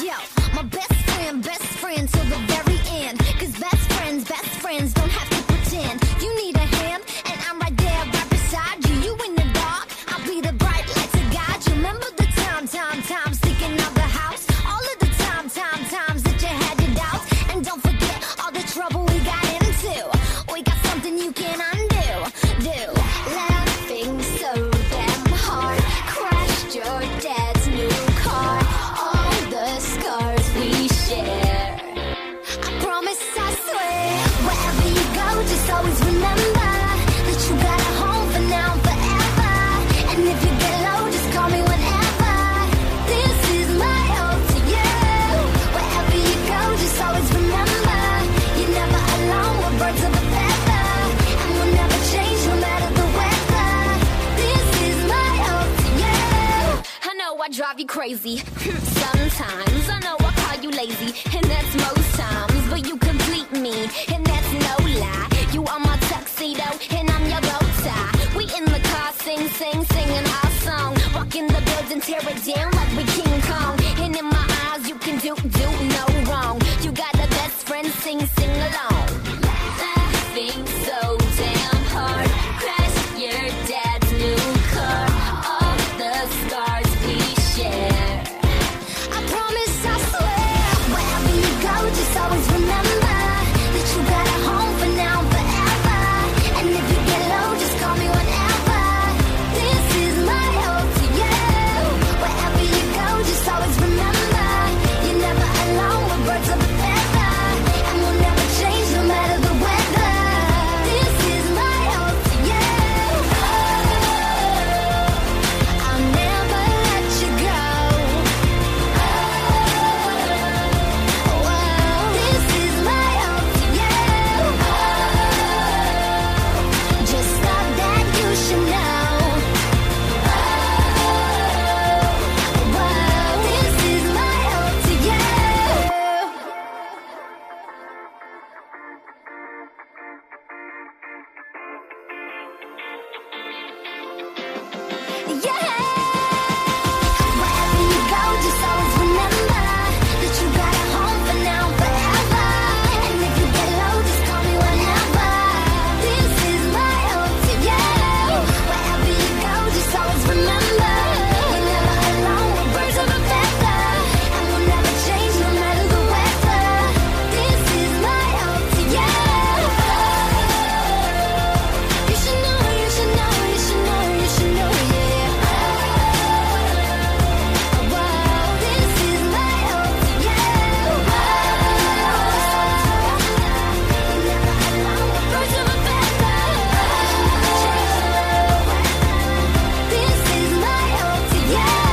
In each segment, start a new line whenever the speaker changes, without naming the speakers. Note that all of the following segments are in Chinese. yo, my best friend, best friend till the very end. Cause best friends, best friends don't have to pretend. You need a hand, and I'm right there, right beside you. You in the dark, I'll be the bright light to guide you. Remember the time, time, time, sticking out the house. All of the time, time, times that you had your doubts. And don't forget all the trouble we got into. We got something you can undo. Do laughing so damn hard. Crashed your dad's new car. All the scars we share. I promise, I swear. Wherever you go, just always remember that you got a home for now and forever. And if you get low, just call me whenever. This is my hope to you. Wherever you go, just always remember you're never alone. We're birds of a feather, and we'll never change no matter the weather. This is my hope to you. I know I drive you crazy sometimes. I know I call you lazy, and that's most times. But you complete me, and that's no lie. You are my tuxedo, and I'm your bow tie. We in the car, sing, sing, singing our song. Rocking the building, tear it down like we King Kong. And in my eyes, you can do, do no wrong. You got the best friend, sing, sing along. Laughing so damn hard. Crashed your dad's new car. All the scars we share. I promise, I swear. Wherever you go, just always remember that you got a home for now and forever. And if you get low, just call me whenever. This is my hope to you. Wherever you go, just always remember you're never alone. We're birds of a feather, and we'll never change no matter the weather. This is my hope to you. Oh, I'll never let you go. This is my hope to you. Just love that you should know. This is my hope to you. Wherever you go, just always remember that you got a home for now forever. And if you get low, just call me whenever. This is my hope to you. Wherever you go, just always remember you're never alone. We're birds of a feather, and we'll never change no matter the weather. This is my hope to you. You should know, you should know, you should know, you should know, yeah. This is my hope to you. Never alone, birds of a feather. This is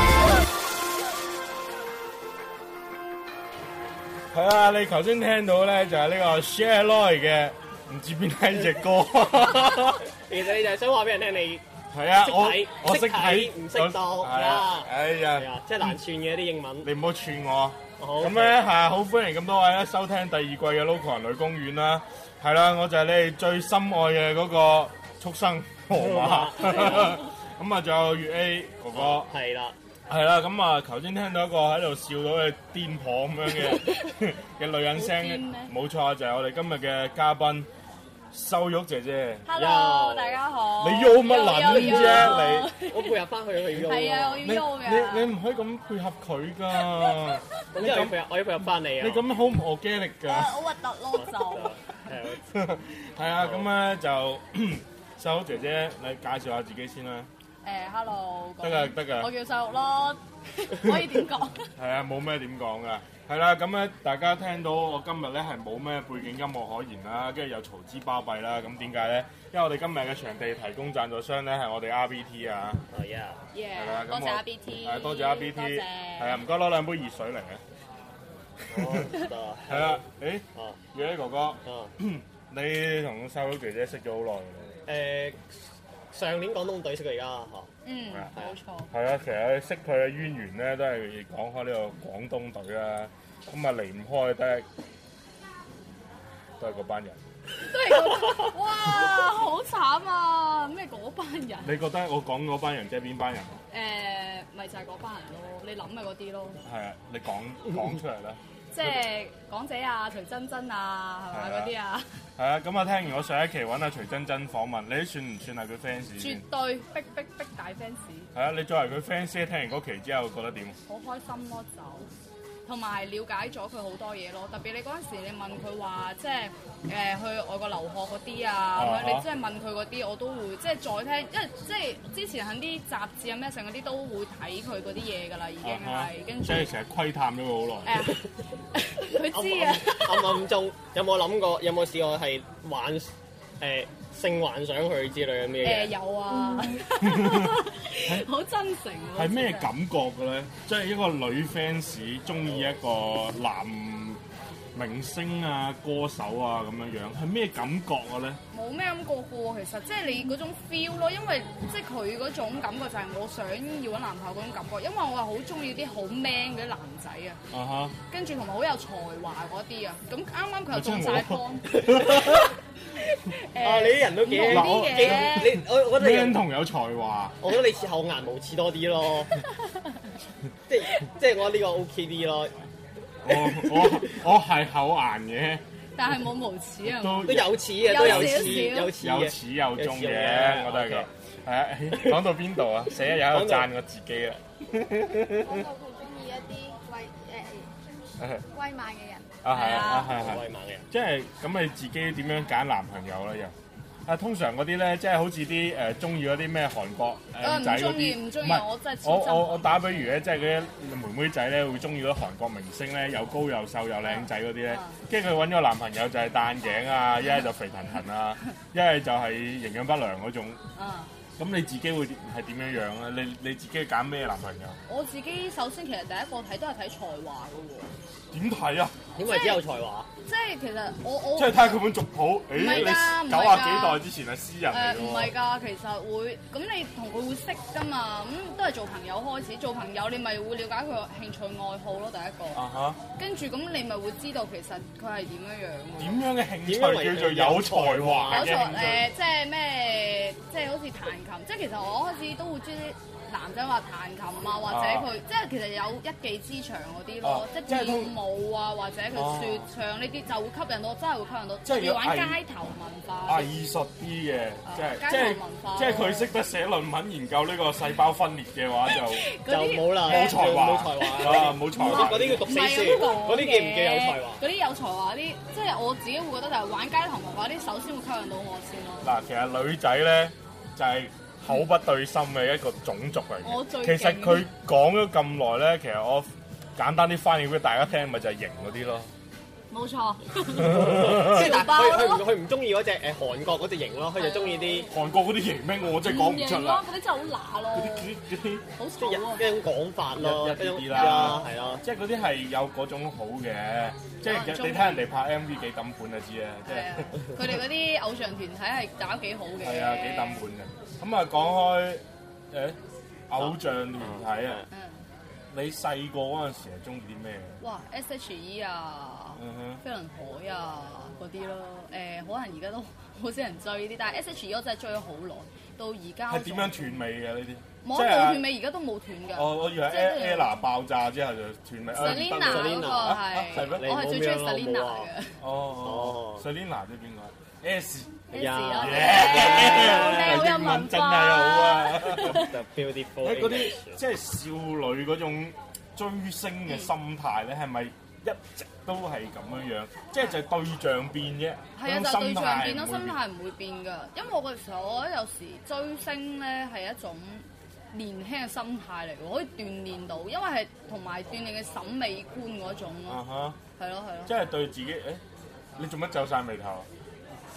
my hope to you.
係啊，你頭先聽到咧就係呢個 Share Loy 嘅唔知邊係隻 歌，
其實你就係想話俾人聽你
係啊，
識
我
睇
我
識
識睇
睇唔識讀
我係啊
啊，
哎
係
呀，
啊，即係難串嘅啲英文。
你唔好串我。
好
咁咧係啊好歡迎咁多位咧收聽第二季嘅 Local 人類公園啦，係啦，我就係你哋最心愛嘅嗰個畜生河馬
河馬，
咁啊仲有粵 A 哥哥。
係啦，
係啦，咁啊，頭先聽到一個喺度笑到嘅癲婆咁樣嘅嘅女人聲，冇錯就係我哋今日嘅嘉賓秀玉姐姐。
Yo
Hello，大家好。
你喐乜撚啫你？
我配合翻佢去用。
係啊，我要
你
喐
你
㗎。
你唔可以咁配合佢㗎，
咁即係我要配合，我要配合翻你啊。
你咁好唔 organic
啊
㗎。
好核突咯，就
係
係啊，咁咧就 秀玉姐姐，你介紹下自己先啦。
誒，hello。
得㗎得㗎
我叫細 玉咯，可以點講？
係啊，冇咩點講噶。係啦，咁咧大家聽到我今日咧係冇咩背景音樂可言啦，跟住又嘈之巴閉啦。咁點解咧？因為我哋今日嘅場地提供贊助商咧係我哋 RBT 啊，
係啊，
係啦
Yeah，
咁
多謝
我
RBT。
係多謝
多
RBT，係啊，
謝。
唔該攞兩杯熱水嚟啊。
哦
係啊啦，誒，
哦
月哥哥，
哦
你同細佬姐姐識咗好耐㗎
誒，上年廣東隊識佢而家嚇。
嗯，
係啊
冇錯。
啦。係啊，其實識佢嘅淵源咧都係啊講開呢個廣東隊啦。咁啊離唔開得都係嗰班人。
都係嗰哇，好慘啊！咩嗰班人？
你覺得我講嗰班人即係邊班人？啊
誒，咪就係嗰班人咯，你諗嘅嗰啲咯，
係啊，你 講講出嚟啦。
即係港姐啊、徐真真啊，
係
係
啊
咪嗰啲啊？
係啊，咁啊，聽完我上一期揾阿徐真真訪問，你算唔算係佢 fans
絕
先？
對逼逼逼大 fans，
係啊，你作為佢 fans，聽完嗰期之後覺得點？啊
好開心咯就，同埋了解咗佢好多嘢咯。特別你嗰陣時你問佢話即係誒、去外國留學嗰啲啊，咁樣、
啊哈
你即係問佢嗰啲我都會即係再聽，因為即係之前喺啲雜誌啊咩成嗰啲都會睇佢嗰啲嘢㗎啦，已經
啊哈
係跟住
即係成日窺探咗佢好耐。
誒， 佢 知啊。
暗暗中有冇諗過？有冇試過係幻誒性幻想佢之類咁嘅
誒
嘢？
有啊，
嗯
好真誠喎。
係咩
真係？
感覺嘅咧？即係一個女 fans 中意一個男明星啊、歌手啊咁樣樣，係咩感覺嘅咧？
冇咩咁過過，其實即係你嗰種 feel 咯，因為即係佢嗰種感覺就係我想要揾男朋友嗰種感覺，因為我係好中意啲好 man 嗰啲男仔啊，
啊 哈！
跟住同埋好有才華嗰啲啊。咁啱啱佢又
咪即係
中晒
我
光。
啊！
誒
你啲人都幾
唔
嗱
同
我
啲
幾
嘅，
你我我覺得你人
man 同有才華，
我覺得你似厚顏無恥多啲咯， 即係即係我覺得呢個 OK 啲咯，
我我我係厚顏 嘅，
但係冇無恥啊！
都
都有似嘅，都有似
有少少
有似
有
嘅。
始有終
有始有
嘅，
終
我都係咁
OK。
係啊，講到邊度啊？死啊！又喺度讚我自己啦。
我就好中意一啲威誒威猛嘅人，
啊係啊啊係啊係
好
啊
威猛嘅人，
即係咁你自己點樣揀男朋友咧？又啊，通常嗰啲咧，即係好似啲誒中意嗰啲咩韓國
啊
誒
唔
仔嗰
中意
啲，
唔中意
係
我真係
我
超憎
我我打比如咧，即係嗰啲妹妹仔咧會中意嗰啲韓國明星咧，又高又瘦又靚仔嗰啲咧
啊，
跟住佢揾咗男朋友就係戴眼鏡 啊，一係就肥騰騰啊，一係就係營養不良嗰種。
啊！
咁你自己會係點樣樣咧？你你自己揀咩男朋友？
我自己首先其實第一個睇都係睇才華嘅喎。
點睇啊？
點為之有才華？
即係其實我我
即係睇下佢本族譜。誒，
係㗎
你
唔係㗎
九啊幾代之前係私人嚟
誒
㗎
唔
喎
係㗎，其實會咁你同佢會識㗎嘛，咁都係做朋友開始，做朋友你咪會了解佢嘅興趣愛好咯，第一個，
啊哈！
跟住咁你咪會知道其實佢係點樣樣
點樣嘅興趣
點樣為
叫做有才華
嘅。有
嘅興
才
趣？
誒，即係咩？即係好似彈琴，即係其實我開始都會中意啲男仔話彈琴啊，或者佢、即係其實有一技之長嗰啲
啊
咯，即
即
係
係
跳
通
舞啊，或者佢
哦
説唱呢啲就會吸引到，真係會吸引到。
即係啊要
要玩
藝
街頭文化。
藝術啲嘅，即係
街
即係
頭文化
即係佢識得寫論文研究呢個細胞分裂 嘅話就
嗰
就
啲
冇啦，
冇才華，
冇才華
啊冇才華。
嗰啲叫讀
唔
死
係
書
咁，啊講
嗰啲叫唔叫有才華？
嘅嗰啲有才華啲，即係我自己會覺得就係玩街頭文化啲，首先會吸引到我先咯。
嗱，其實女仔咧就係、口不對心嘅一個種族嚟
我
嘅。
最
其實
勁
佢講咗咁耐咧，其實我簡單啲翻譯俾大家聽，咪就係型嗰 啲咯。
冇錯，
即係
潮
嗱，
包
佢佢唔
咯，
佢唔中意嗰只誒韓國嗰只型咯，佢就中意啲
韓國嗰啲型咩？我真係講唔出
型咯
啦。，
嗰啲真係好乸
嗰啲嗰啲
咯，好
即係
醜啊！
一一種講法咯，
一
一
一啲
種
啲啦
係啊，係啊，
即係嗰啲係有嗰種好嘅，即係
有人中意
你睇人哋拍 MV 幾抌本就知啦，即
係啊
係。，
佢哋嗰啲偶像團體係搞得幾好嘅。
係啊，幾抌本嘅。咁啊，講開誒偶像團體啊，
嗯，
你細個嗰陣時係中意啲咩？
哇！S.H.E 啊，
嗯哼，
飛輪海啊嗰啲咯，誒可能而家都好少人追呢啲，但係 S.H.E 我真係追咗好耐，到而家我
係
仲
點樣斷尾嘅呢啲？啊
冇斷斷尾，而家都冇斷㗎。
我我以為 E-
即係都有
Ella 爆炸之後就斷尾。啊唔
Selina
得
嗰個係，
係咩？
我係最中
你冇咩
意 Selina
咯
嘅
哦，Selina 即係邊個？S。
咩事啊？
耶
好有
英文
文
真係好
化。
啊！
就 beautiful
喺嗰
English
啲即係少女嗰種追星嘅心態咧，係咪一直都係咁樣樣？即係就係對象變啫，
係啊，
嗰
就
種
係對象變
唔
咯，
會
心態唔會變㗎。因為我嗰時候，我覺得有時追星咧係一種年輕嘅心態嚟喎，可以鍛鍊到，因為係同埋鍛鍊嘅審美觀嗰種
啊
咯，
哈！
係咯係
即
咯，
係對自己誒，你做乜皺晒眉頭啊？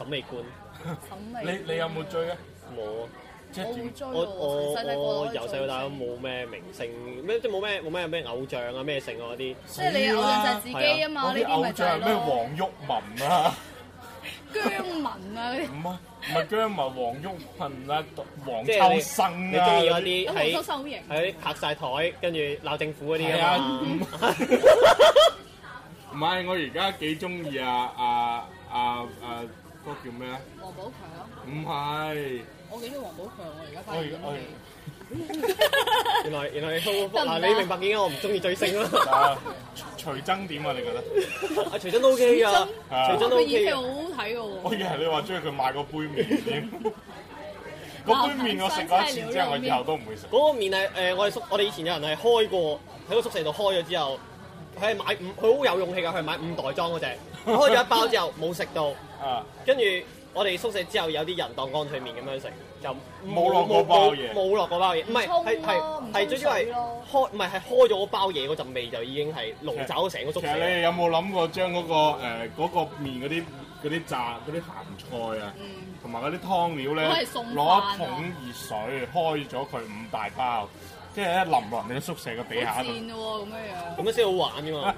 審美觀
審
你
美。
你有冇？追啊？
冇啊。
即
我
係
會
點？
追
我
喎，
我
細細個
我
都
由細到大都冇咩明星，咩即係冇咩冇咩咩偶像啊咩性嗰啲，
即係你偶像就係自己啊嘛，
我
呢
啲
啲咪
偶
就
像係
係
咩？
咯，
黃毓民啊，
姜文啊嗰啲。
唔係唔係姜文、啊黃毓民啊、黃
即係
秋
你
生
你
啊
中意嗰
嗰啲。
啲
咁黃秋
喺
生好型。
喺拍晒台，跟住鬧政府嗰啲
係
啊
啊
嘛，
唔 係，我而家幾中意啊啊啊啊嗰個叫咩咧？
王寶強咯，
唔係，
我幾中意王寶強喎，而
我
家發
而家我而
現。
原來原來你都
得唔得啊
嗱，你明白點解我唔中意追星 啦？
啊徐崢點啊？你覺得？
啊，徐崢都 OK 㗎，
啊
徐崢都
佢
OK
演戲好
㗎。
好睇嘅喎。
我以為你話中意佢買個杯麵 添，個杯麵我食過一次之後，我以後都唔會食。
嗰個面係誒，我哋宿我哋以前有人係開過喺個宿舍度開咗之後，佢係買五，佢好有勇氣㗎，佢係買五袋 裝嗰只，開咗一包之後冇食到，
啊，
跟住我哋宿舍之後有啲人當乾脆面咁樣食，就
冇落過包嘢
冇落嗰包嘢，唔係
唔
係
沖咯
係係
唔沖
最主要係
水咯
開唔係係開咗嗰包嘢嗰陣味就已經係籠罩咗成
其
個宿舍
實你
啦。
哋有冇諗過將嗰個誒嗰個麵嗰啲嗰啲炸嗰啲鹹菜啊，同埋嗰啲湯料
我
咧
係，嗯送飯啊
攞一桶熱水開咗佢五大包，跟住咧淋落你嘅宿舍嘅地
好
下
賤
度。
喎，咁樣樣。
咁樣先好玩㗎嘛！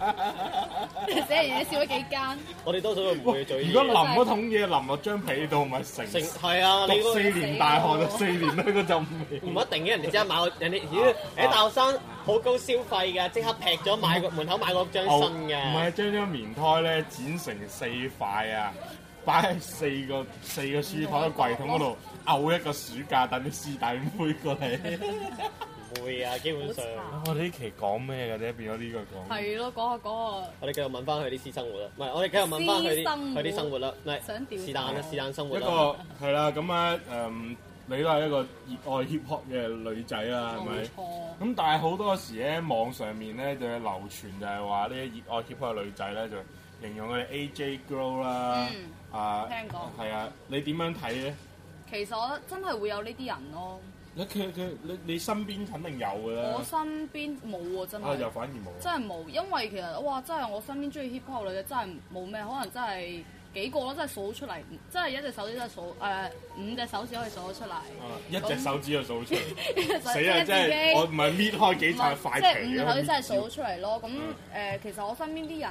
寫完嘢笑咗幾間，
我哋多數都唔會做呢啲
如
嘢。
果淋嗰桶嘢淋落張被度，咪成
成係啊，你
讀
嗰
四年大學就四年啦，嗰陣味
唔。一定嘅，人哋即刻買個，人
啊
哋咦，誒大學生好高消費㗎，即刻劈咗買
嗯
個門口買個張
牛
新
哦唔係
嘅，
將張棉胎咧剪成四塊啊，擺喺四個四個書台嘅櫃桶嗰度，漚一個暑假等啲師弟妹過 嚟。
唔會啊，基本上
好
我哋呢期講咩嘅啫？變咗呢個講。
係咯，講下講下。
我哋繼續問翻佢啲私生活啦，唔係我哋繼續問翻佢
私
啲
生活
佢啲生活啦，唔係
想屌
是但啦，是但生活
一
啦，
個係啦，咁啊誒，你都係一個熱愛 hip hop 嘅女仔啦，係咪
冇？錯。
咁但係好多時咧，網上面咧就有流傳就係話呢啲熱愛 hip hop 嘅女仔咧，就形容佢哋 AJ girl 啦，啊，
嗯聽過
係啊，你點樣睇咧？
其實我覺得真係會有呢啲人咯，
你佢佢你你身邊肯定有㗎啦
我，身邊冇喎，真
啊啊又
係。
反而冇，
真係冇，因為其實哇，真係我身邊中意 hip hop 女嘅真係冇咩，可能真係幾個咯，真係數出嚟，真係一隻手指真係數誒、五隻手指可以數得出嚟。
啊一隻手指就數出嚟，
死
死啊！真係我唔係搣開幾
唔
塊
係
塊
即
皮啊
係五口真係數
數，
出嚟咯。咁誒、其實我身邊啲人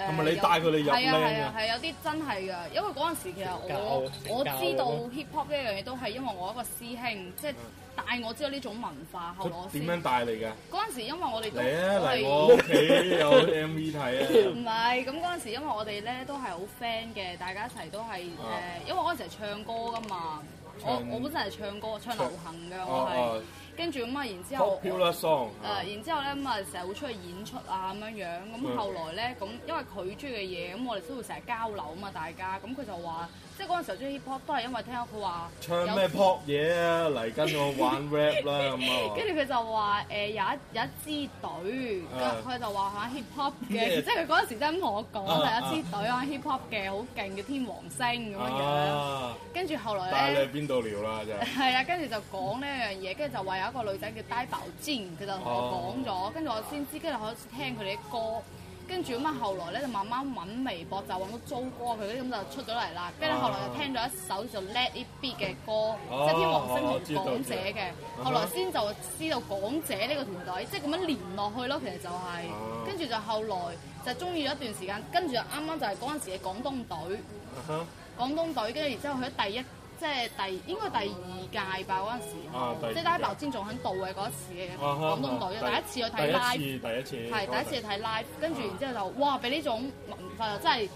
誒，
係咪你
有
帶佢哋入
係啊係啊
呢
係有啲真係㗎，因為嗰陣時其實我
教
我
教
知道
咁
hip hop 呢樣嘢都係因為我一個師兄，即係帶我知道呢種文化，後來我
佢
先
點樣帶你㗎？
嗰陣時，因為我哋都
嚟啊嚟
我
我
哋
屋企有 MV 睇啊！
唔係，咁嗰陣時因為我哋咧都係好 friend 嘅，大家一齊都係誒
啊，
因為嗰陣時係唱歌㗎嘛。我
唱
我本身係唱歌，唱流行嘅我
哦
係，跟住咁啊，然之
哦
後我
Ờ, ，popular song Ờ.
誒、然之後咧咁啊，成日會出去演出啊咁樣樣。
嗯
咁後來咧，咁因為佢中意嘅嘢，咁我哋都會成日交流啊嘛，大家。咁佢就話，即係嗰陣時候中意 hip hop 都係因為聽佢話
唱
有
咩 pop 嘢啊？嚟跟我玩 rap 啦咁啊！
跟住佢就話誒、有一有一支隊，
啊
咁佢就話玩 hip hop
咩
嘅，即係佢嗰陣時真係咁同我講，
啊啊
係有一支隊玩 hip hop 嘅，好勁嘅天王星咁
À,
樣樣。
啊！
跟住後來
但係
咧
你。邊度聊啦？真係
係啦，跟住就講呢樣嘢，跟住就話有一個女仔叫低爆尖，佢就同我講
哦
咗，跟住我先知，跟住我開始聽佢哋啲歌，跟住咁啊後來咧就慢慢揾微博就揾到租歌佢啲咁就出咗嚟啦，跟住後來就聽咗一首叫做 Let It Be 嘅歌，
哦
即係天王
我
星
知
同
道
港
知道
姐
哼
嘅，後來先就知道港姐呢個團隊，即係咁樣連落去咯，其實就係、
哦
跟住就後來就中意咗一段時間，跟住就啱啱就係嗰陣時嘅廣東隊。
啊哈
廣東隊，跟住然之後佢喺第一，即係第應該第二屆吧嗰陣時
啊
候
第二，屆
即係拉爆尖仲喺度嘅嗰一次嘅
啊哈
廣東隊，
啊
第一次去睇 live，
第一次，第一次，
係第一次去睇 live，跟住然之後就哇俾呢種文化就真係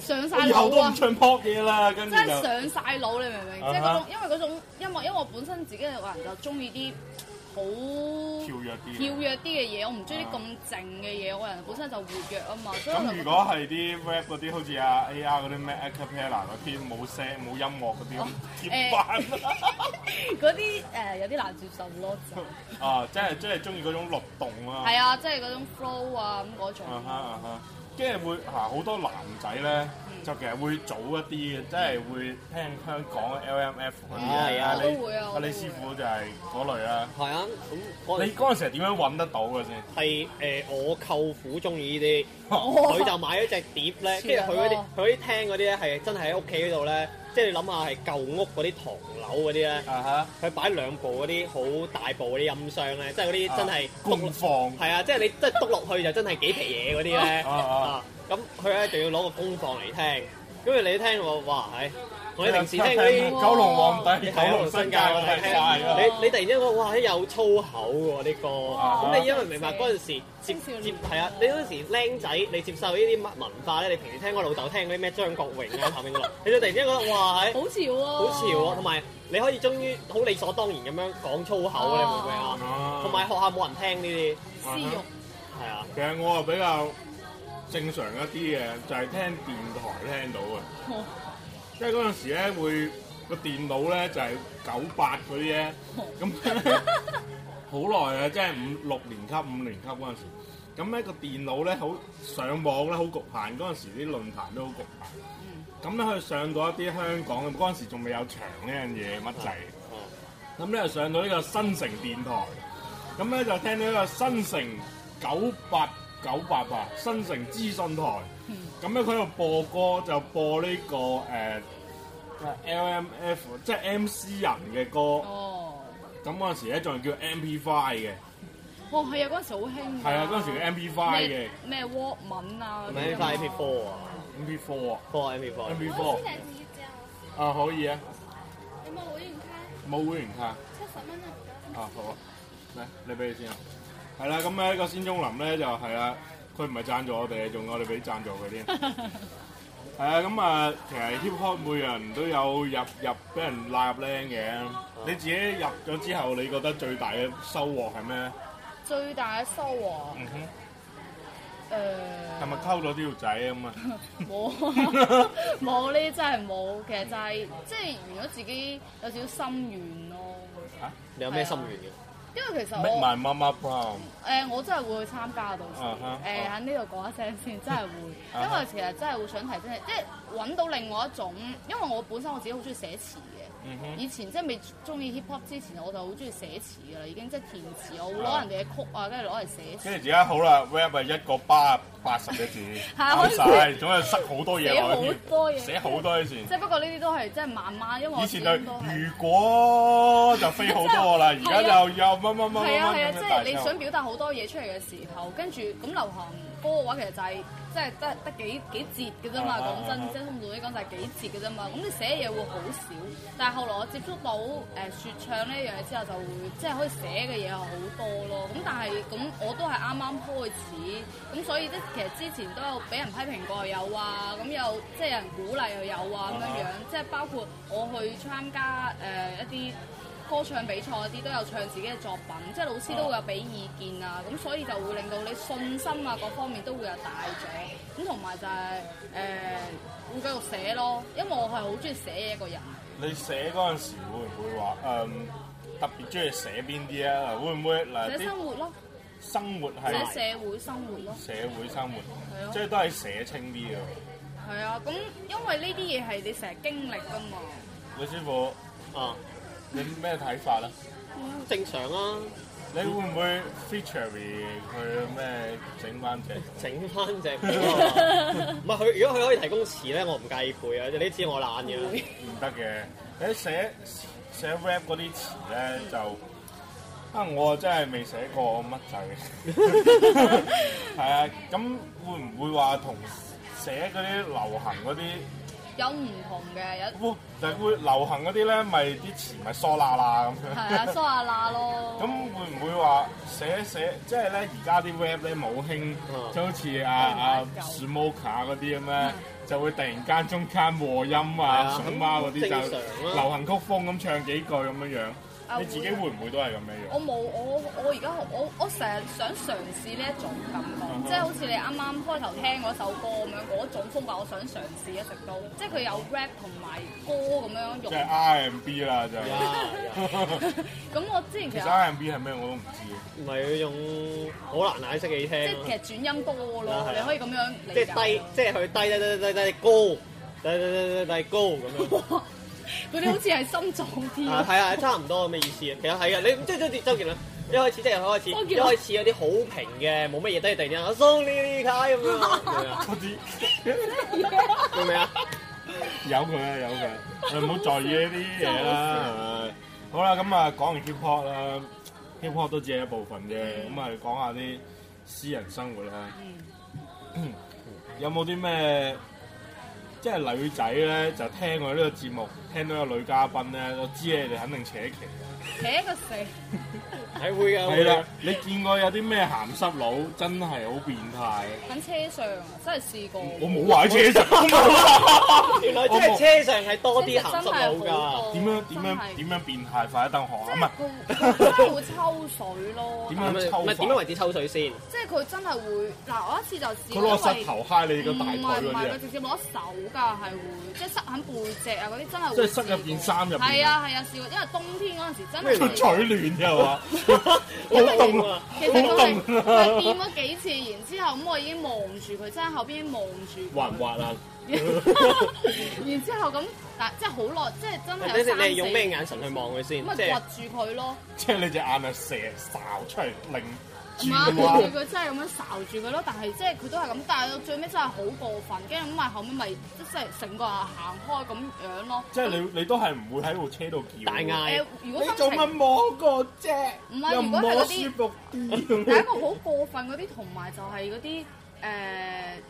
上晒
以後
腦
都唔
啊！
唱 pop 嘢啦，跟住
真係
就
上晒腦，你明唔明？
啊哈
即係嗰種，因為嗰種音樂，因為我本身自己個人就中意啲好
跳躍啲。
跳躍啲嘅嘢，我唔中意啲咁靜嘅嘢，我個人本身就活躍啊嘛，所以我就
咁
覺
如
得
果係啲 rap 嗰啲，好似啊 AR 嗰啲咩 acapella 嗰啲冇聲冇音樂嗰啲，點辦
嗰啲誒有啲難接受咯。就
啊？真係真係中意嗰種律動啊！
係啊，即係嗰種 flow 啊咁嗰種。
啊哈啊哈，跟住會啊好多男仔咧，就其實會早一啲嘅，即係會聽香港 LMF 嗰啲
啊係啊
我都會啊
啊
我
李
都會
師傅就係嗰類啦。
係啊，咁我
你嗰陣時係點樣揾得到嘅先？
係誒我舅父中意呢啲。
哦
佢就買咗隻碟 咧，跟住佢嗰啲佢嗰啲廳嗰啲咧係真係喺屋企嗰度咧，即係你諗下係舊屋嗰啲唐樓嗰啲咧，
啊哈，
佢擺兩部嗰啲好大部嗰啲音箱咧，即係嗰啲真係
公放
係啊，即係你即係篤落去就真係幾皮嘢嗰啲咧
啊啊
啊，咁佢咧仲要攞個功放嚟聽，跟住你聽我話係，我哋平時聽嗰啲
九龍皇帝、九
喺
龍新界我睇晒啦。
你你突然之間覺得哇，有粗口喎呢歌，咁你因為明白嗰陣時接接係啊，你嗰陣時僆仔，你接受呢啲乜文化咧？你平時聽我老豆聽嗰啲咩張國榮啊、譚詠麟，你就突然之間覺得哇，係
好潮啊喎，
好潮喎，同埋你可以終於好理所當然咁樣講粗口啊，你會唔會啊？同埋學校冇人聽呢啲，
私欲，
係啊，
其實我啊比較正常一啲嘅，就係、聽電台聽到嘅，即係嗰陣時咧會個電腦咧就係九八嗰啲咧，咁呢好耐啊，即係五六年級、五年級嗰陣時，咁咧個電腦咧好上網咧好局限，嗰陣時啲論壇都好局限，咁咧佢上到一啲香港嗰陣時仲未有牆呢樣嘢乜滯。咁咧就上到呢個新城電台，咁咧就聽到呢個新城九八九八八新城資訊台，咁咧佢喺度播歌就播呢、個誒、呃 LMF 即係 MC 人嘅歌，
哦，
咁嗰陣時咧仲係叫 MP5 嘅，
哦係啊，嗰陣時好興㗎，
係啊嗰陣時叫 MP5 嘅
咩咩 Walkman 啊，
唔係 M P Four 啊
MP4 啊
，Four M P Four，
我
MP4
之前只借我，
啊可以啊，
有冇會員卡？
冇會員卡。
七十蚊啊，唔該
啊，好啊，嚟你俾你先啊。係啦，咁咧呢個仙蹤林咧就係啦，佢唔係贊助我哋，仲我哋俾贊助佢添。係啊，咁啊，其實 hip hop 每人都有入入俾人納入 l 嘅。你自己入咗之後，你覺得最大嘅收穫係咩咧？
最大嘅收穫，
嗯哼，
誒
係咪溝咗呢條仔咁啊？
冇 冇呢啲真係冇，其實就係即係如果自己有少少心願咯，
你有咩心願嘅？
因為其實
Make
我
my mama proud。
誒、我真係會去參加到時，誒
啊哈
喺呢度講一聲先，真係會，
啊
因
哈
為其實真係會想提升你，即係揾到另外一種，因為我本身我自己好中意寫詞嘅，
嗯哼，
以前即係未中意 hip hop 之前，我就好中意寫詞噶啦，已經即係填詞，我會攞人哋嘅曲啊，跟住攞嚟寫詞
跟。住而家好啦，rap 係一個巴八十 嘅字，
係可
啱
以
晒，總係塞好多嘢
寫好
落去
多
添，
嘢，
寫好多嘢先
即。係不過呢啲都係即係慢慢，因為我
以
始
前
終都
就
係
如果就飛好多啦，而家就又乜乜乜乜乜
係啊係啊，
咁
即
樣
係
大
你
聲
想表達好多嘢出嚟嘅時候，跟住咁流行歌嘅話，其實就係即係得得幾幾節嘅啫嘛。
啊
講
啊
真，即係通道啲講就係幾節嘅啫嘛。咁你寫嘢會好少，但係後來我接觸到誒説唱呢樣嘢之後，就會即係可以寫嘅嘢係好多咯。咁但係咁我都係啱啱開始，咁所以即係其實之前都有俾人批評過又有啊，咁又即係有人鼓勵又有啊咁樣樣
啊，
即係包括我去參加誒一啲。歌唱比賽嗰啲都有唱自己嘅作品，即係老師都會有俾意見啊，咁所以就會令到你信心啊各方面都會有大咗，咁同埋就係、誒、會繼續寫咯，因為我係好中意寫嘢一個人，
你寫嗰陣時會唔會話誒特別中意寫邊啲啊？會唔會嗱
寫
啲
生活咯，
生活
寫
係
社會生活咯，
社會生活
係，咯
即係都係寫清啲嘅。
係啊，咁因為呢啲嘢係你成日經歷噶嘛，
李師傅，
啊，
你咩睇法咧？
正常啊，
你會唔會 feature 佢咩整翻隻？
整翻隻歌啊。唔係佢，如果佢可以提供詞咧，我唔介意配啊！你知我懶嘅。
唔得嘅。你寫寫 rap 嗰啲詞咧就啊，我真係未寫過乜滯。 係啊，咁會唔會話同寫嗰啲流行嗰啲
有唔同嘅，有，
哇就係會流行嗰啲咧，咪啲詞咪疏啦啦咁
係啊，
樣。
蘇亞娜咯，
咁會唔會話寫寫即係咧？而家啲 rap 咧冇興
嗯，
就好似啊啊
嗯
Smoker 嗰啲咁咧，就會突然間中間和音啊、
啊
上媽嗰啲
正常
就
啊
流行曲風咁唱幾句咁樣樣。
啊
你自己
會
會唔會都係咁樣
我
樣？
冇，我我而家我我成日想嘗試呢一種感覺，即係好似你啱啱開頭聽嗰首歌咁樣嗰種風格，我想嘗試一直都，即係佢有 rap 同埋歌咁樣
即
用。
係啊 R&B 啦，就
呀
係。
呀
咁我之前
其
其
實啊
實
R&B 係咩我都唔知
唔係嗰種好難解釋嘅你
即
聽啊
係其實轉音多
啊
咯，
係啊
你可以咁樣理
即
解。
係低，即係佢低低低低低高，低低低低低高咁樣。
哇佢哋好似係心臟添。
啊，係啊，差唔多咁嘅意思啊。其實係啊，你即係即係周杰倫。一開始即係開始，
周
一
杰倫
開始有啲好評嘅，冇乜嘢，都係突然間 Sony 卡咁樣，明唔明啊？
嗰啲
明唔明啊？
有佢啊，有佢，我哋唔好在意呢啲嘢啦。係咪好啦，咁啊講完 hip hop 啦，hip hop 都只係一部分啫。咁啊講下啲私人生活啦。有冇啲咩即即係女仔咧就聽我呢個節目，聽到有女嘉賓咧，我知你哋肯定扯旗。
扯個死！
係會㗎，
係
會
啦
㗎，
你見過有啲咩鹹濕佬真係好變態？
喺車上真係試過，
我冇話車 上，我冇話
原來真係車上係多啲鹹濕佬
真係好
㗎。
多
點樣點樣點樣變態？快啲等我下，唔
即係
係
佢真係會抽水咯，
點
唔
樣抽
係點樣
法
為？之抽水先？
即係佢真係會嗱，我一次就試
佢攞
過，
個
因為
膝頭揩你個
唔
大
係
腿
唔
嗰啲
係，佢
啊！
直接攞手㗎，係會即係塞喺背脊啊嗰啲，真係會
即係塞入件衫入邊
係啊係啊，試過，因為冬天嗰陣時真 係
佢取暖嘅 話，好凍啊！
其實佢係
好凍啊
佢掂咗幾次，然之後咁我已經望住佢，真係後邊望住佢
滑唔滑啊？
然之後咁，但即係好耐，即係真係
你
有三
你係用咩
四
眼神去望佢先？
咁咪
即係
掘住佢咯，
即係你隻眼啊射睄出嚟，令
唔
轉
係
彎
跟住佢真係咁樣睄住佢咯，但係即係佢都係咁，但係到最尾真係好過分，跟住咁咪後尾咪即係成個人行開咁樣咯。
即係你你都係唔會喺部車度叫
大嗌
誒，如果心
你做乜
情
摸個啫？
唔係
又
如果
摸
係嗰
舒
啲
服
第一
啲。
個好過分嗰啲，同埋就係嗰啲誒，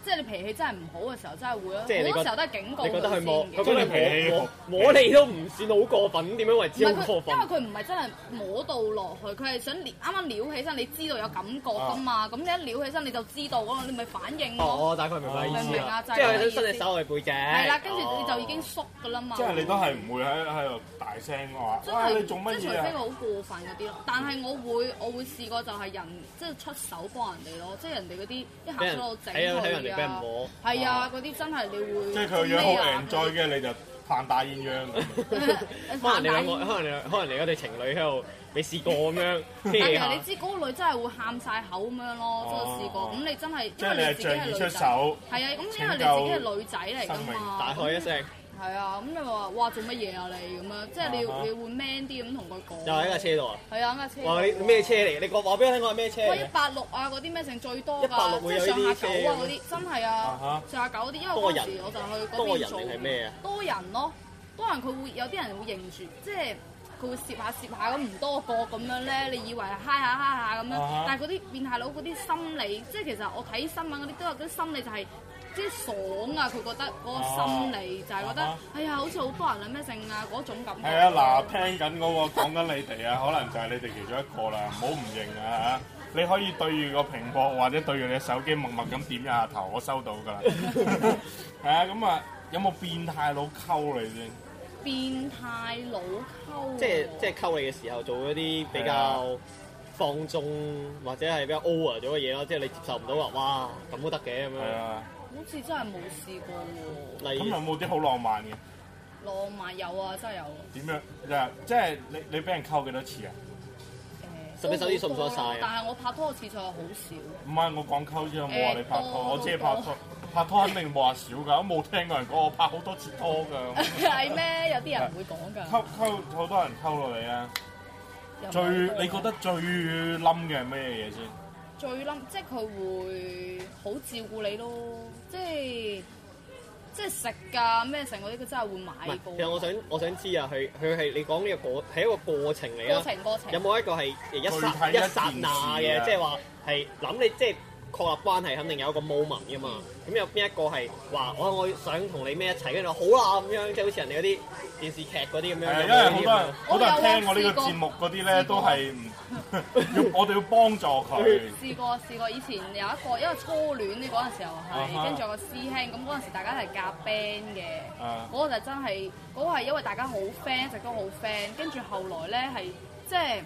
即係你脾氣真係唔好嘅時候，真係會咯。
即係你覺
好多時候都係警告
你覺得佢摸，
佢
佢
先嘅。
覺得佢摸摸摸你都唔算好過分，點樣為
唔
之
係
好
佢，
過分？
因為佢唔係真係摸到落去，佢係想撩啱啱撩起身，你知道有感覺噶嘛？咁你一撩起身你就知道咯，你咪反應咯。
哦，大概明白意
明唔
思
明
啊
啦，
就係
即係佢
咁嘅意思
想伸隻手去背脊。
係啦，跟住你就已經
哦
縮噶啦嘛。
哎即係你都係唔會喺喺度大聲話，
真
哇！
係
你做乜
即係除
嘢
非佢
啊？
好過分嗰啲咯。但係我會我會試過就係人即係出手幫人哋咯，即係人哋嗰啲一
俾
下
人
出到整
睇啊睇人哋俾
佢
人
啊。
摸。
係啊，嗰啲真係你會
即係佢樣好
啊
enjoy 嘅，你就扮打鴛鴦咁。
可能你
兩
兩個，可能你兩可能你嗰對情侶喺度你試過咁樣，
但
嘿
係
下
你知嗰個女真係會喊晒口咁樣咯，真係試過。咁你真係
哦即
因
係你
為
係
你自己係
仗
女
義
仔，
出手，
係啊，咁因為你自己係女仔嚟㗎
大
嘛，
喝一聲，
係啊，咁你話哇做乜嘢啊你咁樣，即係你
啊
要
哈
你會 man 啲咁同佢講。
又喺架車度啊！
係啊，架車。
哇！你咩車嚟？你講話俾我聽，我係咩車
哇！一
嚟？
八六啊，嗰啲咩剩最多㗎，
186
即
會有
係
呢
上
啲
下九啊
車
嗰啲，真係
啊
啊
哈，
上下九嗰啲，因為
多
嗰陣
人
時我
多
就去
人
嗰邊做
定係咩啊？
多人咯，多人佢會有啲人會認住，即係佢會攝下攝下咁唔多個咁樣咧，你以為係嗨下嗨下咁樣，
啊哈
但係嗰啲變態佬嗰啲心理，即係其實我睇新聞嗰啲都有啲心理就係、即係爽啊！佢覺得嗰個心理就係覺得，
啊哈
哎呀，好似好多人啊咩性啊嗰種感覺。
係啊，嗱，聽緊嗰個講緊你哋啊，可 能就係你哋其中一個啦，唔好唔認啊嚇！你可以對住個屏幕或者對住你手機默默咁點一下頭，我收到㗎啦。係啊，咁啊，有冇變態佬溝你先？
變態佬溝，
即係即係溝你嘅時候做嗰啲比
啊
較放縱或者係比較 over 咗嘅嘢咯，即係你接受唔到話哇咁都得嘅咁
係
樣。
啊，
好似真係冇試過喎。
例
咁
如
有冇啲好浪漫嘅？
浪漫有啊，真係有。
點樣？嗱，即係你你俾人溝幾多次啊？
誒
十隻手指數唔數得晒啊
但係我拍拖嘅次數係好少。
唔係我講溝啫，我冇話你拍拖，
誒
我只係拍拖。拍拖肯定冇話少㗎，我冇聽過人講我拍好多次拖 㗎。
係咩？有啲人唔會講㗎。
溝溝好多人溝落嚟啊！
又唔係
最
多
你覺得最冧嘅係咩嘢先？
最冧，即係佢會好照顧你咯，即係即係食㗎咩成嗰啲，佢真係會
唔係
買，過。
其實我想我想知啊，佢佢係你講呢個過係一個過程嚟
過
啊。
程過程
有冇一個係一剎
具
一
體一件事啊
剎那嘅，即係話係諗你即係確立關係，肯定有一個 moment 噶嘛。咁有邊一個係話我我想同你咩一齊，跟住我好啦咁樣，即係好似人哋嗰啲電視劇嗰啲咁樣。
係啊
有
因
冇
為
呢
好多人好
啲
多人聽我呢
我有
個
啊試過
節目嗰啲咧，
試過
都係唔 要我哋要幫助佢。
試過試過，以前有一個因為初戀呢嗰陣時候
啊哈
係，跟住有個師兄，咁嗰陣時大家係夾 band 嘅
啊，
嗰個就真係嗰個係因為大家好 friend，一直都好 friend，跟住後來咧係即係。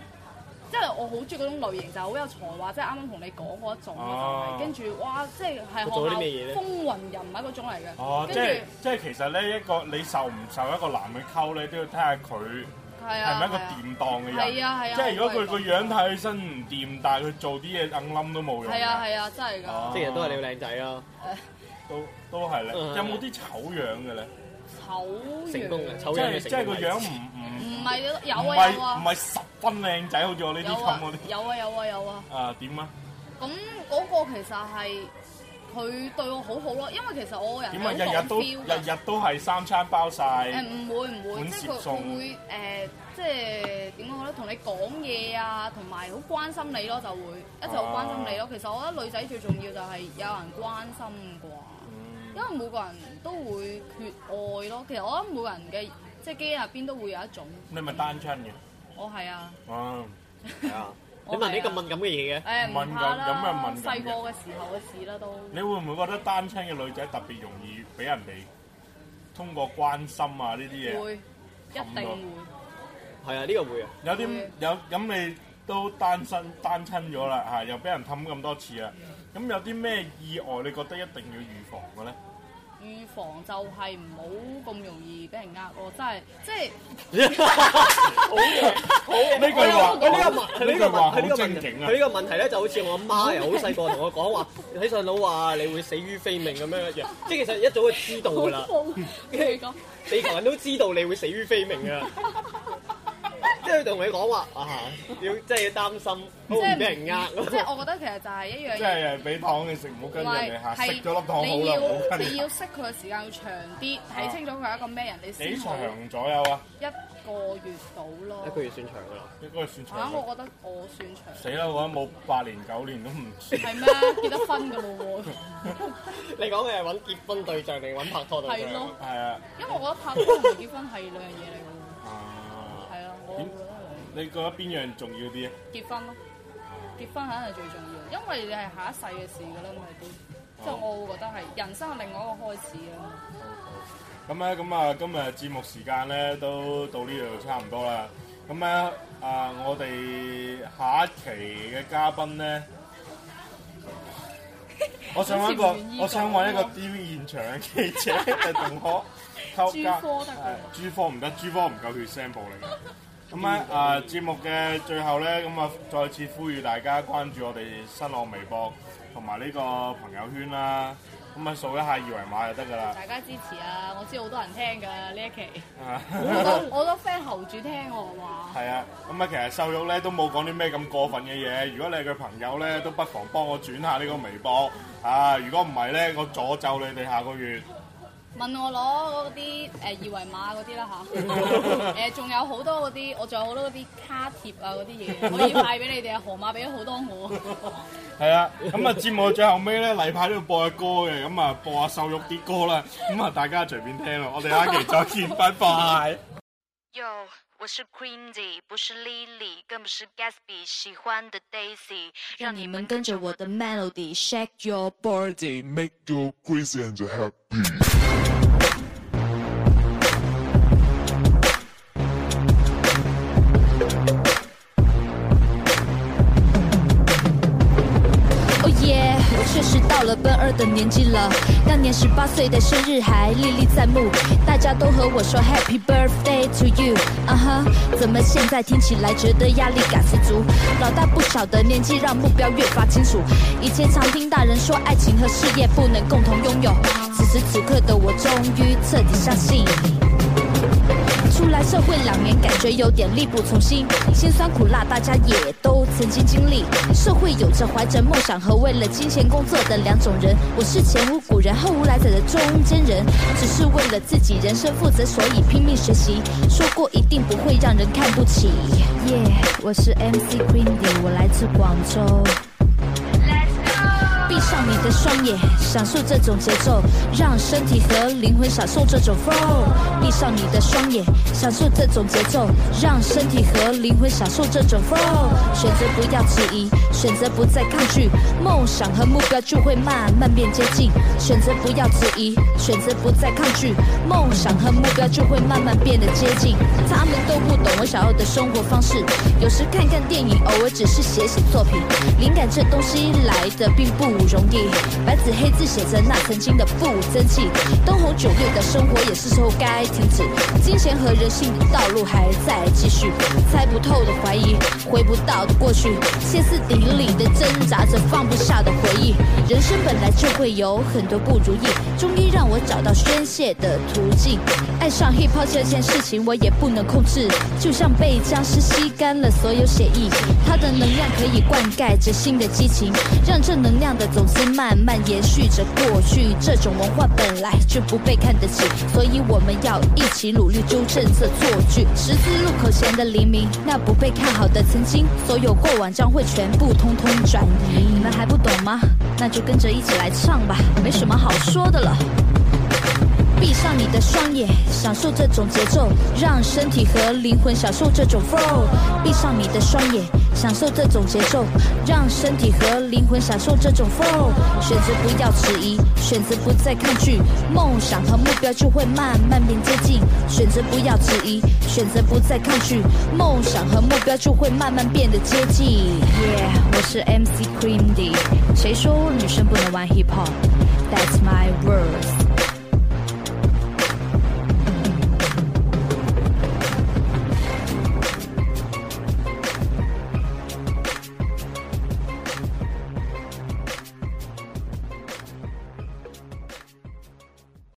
即係我好中意嗰種類型，就係好有才華，即係啱啱同你講嗰一種
啊
啊，就係跟住哇，即係係學
哦佢做咗啲咩嘢咧
校風雲人物嗰種嚟
哦，
嘅，
即係
跟
即係其實咧，一個你受唔受一個男嘅溝咧，都要睇下佢
住係
係
啊，
咪一個
係啊
掂當嘅人。
係啊係啊
即係如果佢
我都
個
係
樣睇起身唔掂，但係佢做啲嘢硬冧都冇用㗎。
係啊係啊，真係㗎。
哦
即係人都係你個靚仔啊啦，
都都係咧。
嗯
有冇啲醜樣嘅咧？
醜樣
成功嘅醜
即
樣嘅
係即係
成
個
功
樣
例子。
唔唔
唔係有
唔
啊
係唔
有啊
係十分靚仔，好似我呢啲
有
咁
啊
嗰啲。
有啊有啊有啊。
啊點啊？
咁嗰個其實係佢對我好好咯，因為其實我個人
點啊？
係好
日日都
講 feel 嗯嘅
日日都係三餐包晒，
誒唔會唔會，
款
即
攝啊
係佢
送
佢會誒，即係點講咧？同你講嘢啊，同埋好關心你咯，就
啊嗯
會一直好關心你咯。其實我覺得女仔最重要就係有人關心啩，因因為每個人都會缺愛咯。其實我諗每個人嘅即係基因入邊都會有一種，
你咪單親嘅，
我係啊，
啊，
係啊，你問啲咁敏感嘅嘢嘅，
誒唔
敏
怕
感咁咪
啦，
敏感嘅
細個嘅時候嘅事啦都。
你會唔會覺得單親嘅女仔特別容易俾人哋通過關心啊呢啲嘢？
會，一定會。
係啊，呢個會啊，
有啲
會
有咁你都單身單親咗啦啊嚇，又俾人氹咁多次啊！咁有啲咩意外你覺得一定要預防嘅咧？
預防就係唔好咁容易俾人呃咯，真係即 係
好嘢，好嘢
呢句話
佢呢個問，佢呢個
呢句話好
問，佢呢個問
正經啊
佢呢個問題咧就好似我阿媽又好細個同我講話，喺上腦話你會死於非命咁樣 一樣，即係其實一早就知道㗎啦。
你講
地球人都知道你會死於非命㗎， 即係佢同你講話啊，要即係要擔心，好唔俾人呃。
即係我覺得其實就係一樣
即
嘢。
係俾糖你食，唔好跟人哋嚇，食咗粒糖好
你
啦，唔好
要
跟
你
人
要識佢嘅時間要長啲，睇清楚佢係一個咩人，你
幾
先好
長左右啊？
一個月到咯
一。個月算長㗎啦，
一個算
嚇！
長。
啊我覺得我算長，
死啦！我覺得冇八年九年都唔算。
係咩？ 結得婚㗎咯喎，
你講你係揾結婚對象定揾拍拖對
係
象
咯？
係啊。
因為我覺得拍拖同結婚係兩樣嘢嚟㗎
啊
喎。係啊，我覺得
你覺得邊樣重要啲啊？
係結婚咯，結婚肯定係最重要，因為你係下一世嘅事㗎啦，咪都
哦
即係我會覺得係人生係另外一個開始啊。
咁咧，咁啊，今日節目時間咧都到呢度差唔多啦。咁咧，啊，我哋下一期嘅嘉賓 咧，我想揾一
好似唔願意
個，
講
我想揾一個 TV 現場嘅記者嘅同學溝
珠科得㗎
係珠科唔得，珠科唔夠血腥暴力。咁咧啊，節目嘅最後咧，咁啊，再次呼籲大家關注我哋新浪微博同埋呢個朋友圈啦。咁啊，掃一下二維碼就得㗎 啦。
大家支持啊！我知好多人聽㗎呢一期，好
啊
多好多 friend 候住聽我話。
係啊，咁啊，其實瘦肉咧都冇講啲咩咁過分嘅嘢。如果你係佢朋友咧，都不妨幫我轉下呢個微博啊！如果唔係咧，我詛咒你哋下個月。
問我攞嗰啲誒二維碼嗰啲啦吓，誒仲有好多嗰啲，我仲有好多嗰啲卡貼啊嗰啲嘢，可以派俾你哋啊，河馬俾咗好多我。
係啊，咁啊，節目最後尾咧，例牌都要播下歌嘅，咁啊，播下瘦肉啲歌啦。咁啊，大家隨便聽咯。我哋下一期再見，拜拜。
哟，我是 Queenie，不是 Lily，更不是 Gatsby，喜欢的 Daisy，让你们跟着我的 melody shake your body。
make you crazy and happy.
Oh yeah，我确实到了奔二的年纪了。当年十八岁的生日还历历在目，大家都和我说 Happy Birthday to you。啊哈，怎么现在听起来觉得压力感十足？老大不小的年纪让目标越发清楚。以前常听大人说爱情和事业不能共同拥有，此时此刻的我终于彻底相信。出来社会两年，感觉有点力不从心，辛酸苦辣大家也都曾经经历。社会有着怀着梦想和为了金钱工作的两种人，我是前无古人后无来者的中间人，只是为了自己人生负责，所以拼命学习。说过一定不会让人看不起。耶、我是 MC Queenie，我来自广州。闭上你的双眼，享受这种节奏，让身体和灵魂享受这种 flow。闭上你的双眼，享受这种节奏，让身体和灵魂享受这种 flow。选择不要迟疑，选择不再抗拒，梦想和目标就会慢慢变接近。选择不要迟疑，选择不再抗拒，梦想和目标就会慢慢变得接近。他们都不懂我想要的生活方式，有时看看电影，偶尔只是写写作品。灵感这东西来的并不容易，白纸黑字写着那曾经的不争气。灯红酒绿的生活也是时候该停止，金钱和人性的道路还在继续。猜不透的怀疑，回不到的过去，歇斯底里的挣扎着放不下的回忆。人生本来就会有很多不如意，终于让我找到宣泄的途径。爱上 hiphop 这件事情，我也不能控制，就像被僵尸吸干了所有血液，它的能量可以灌溉着新的激情，让正能量的种子间慢慢延续着过去。这种文化本来就不被看得起，所以我们要一起努力纠正这错句。十字路口前的黎明，那不被看好的曾经，所有过往将会全部通通转移。你们还不懂吗？那就跟着一起来唱吧，没什么好说的了。闭上你的双眼，享受这种节奏，让身体和灵魂享受这种 flow。闭上你的双眼，享受这种节奏，让身体和灵魂享受这种 flow。选择不要迟疑，选择不再抗拒，梦想和目标就会慢慢变接近。选择不要迟疑，选择不再抗拒，梦想和目标就会慢慢变得接近。Yeah，我是 MC Cream D，谁说女生不能玩 hip hop？That's my words。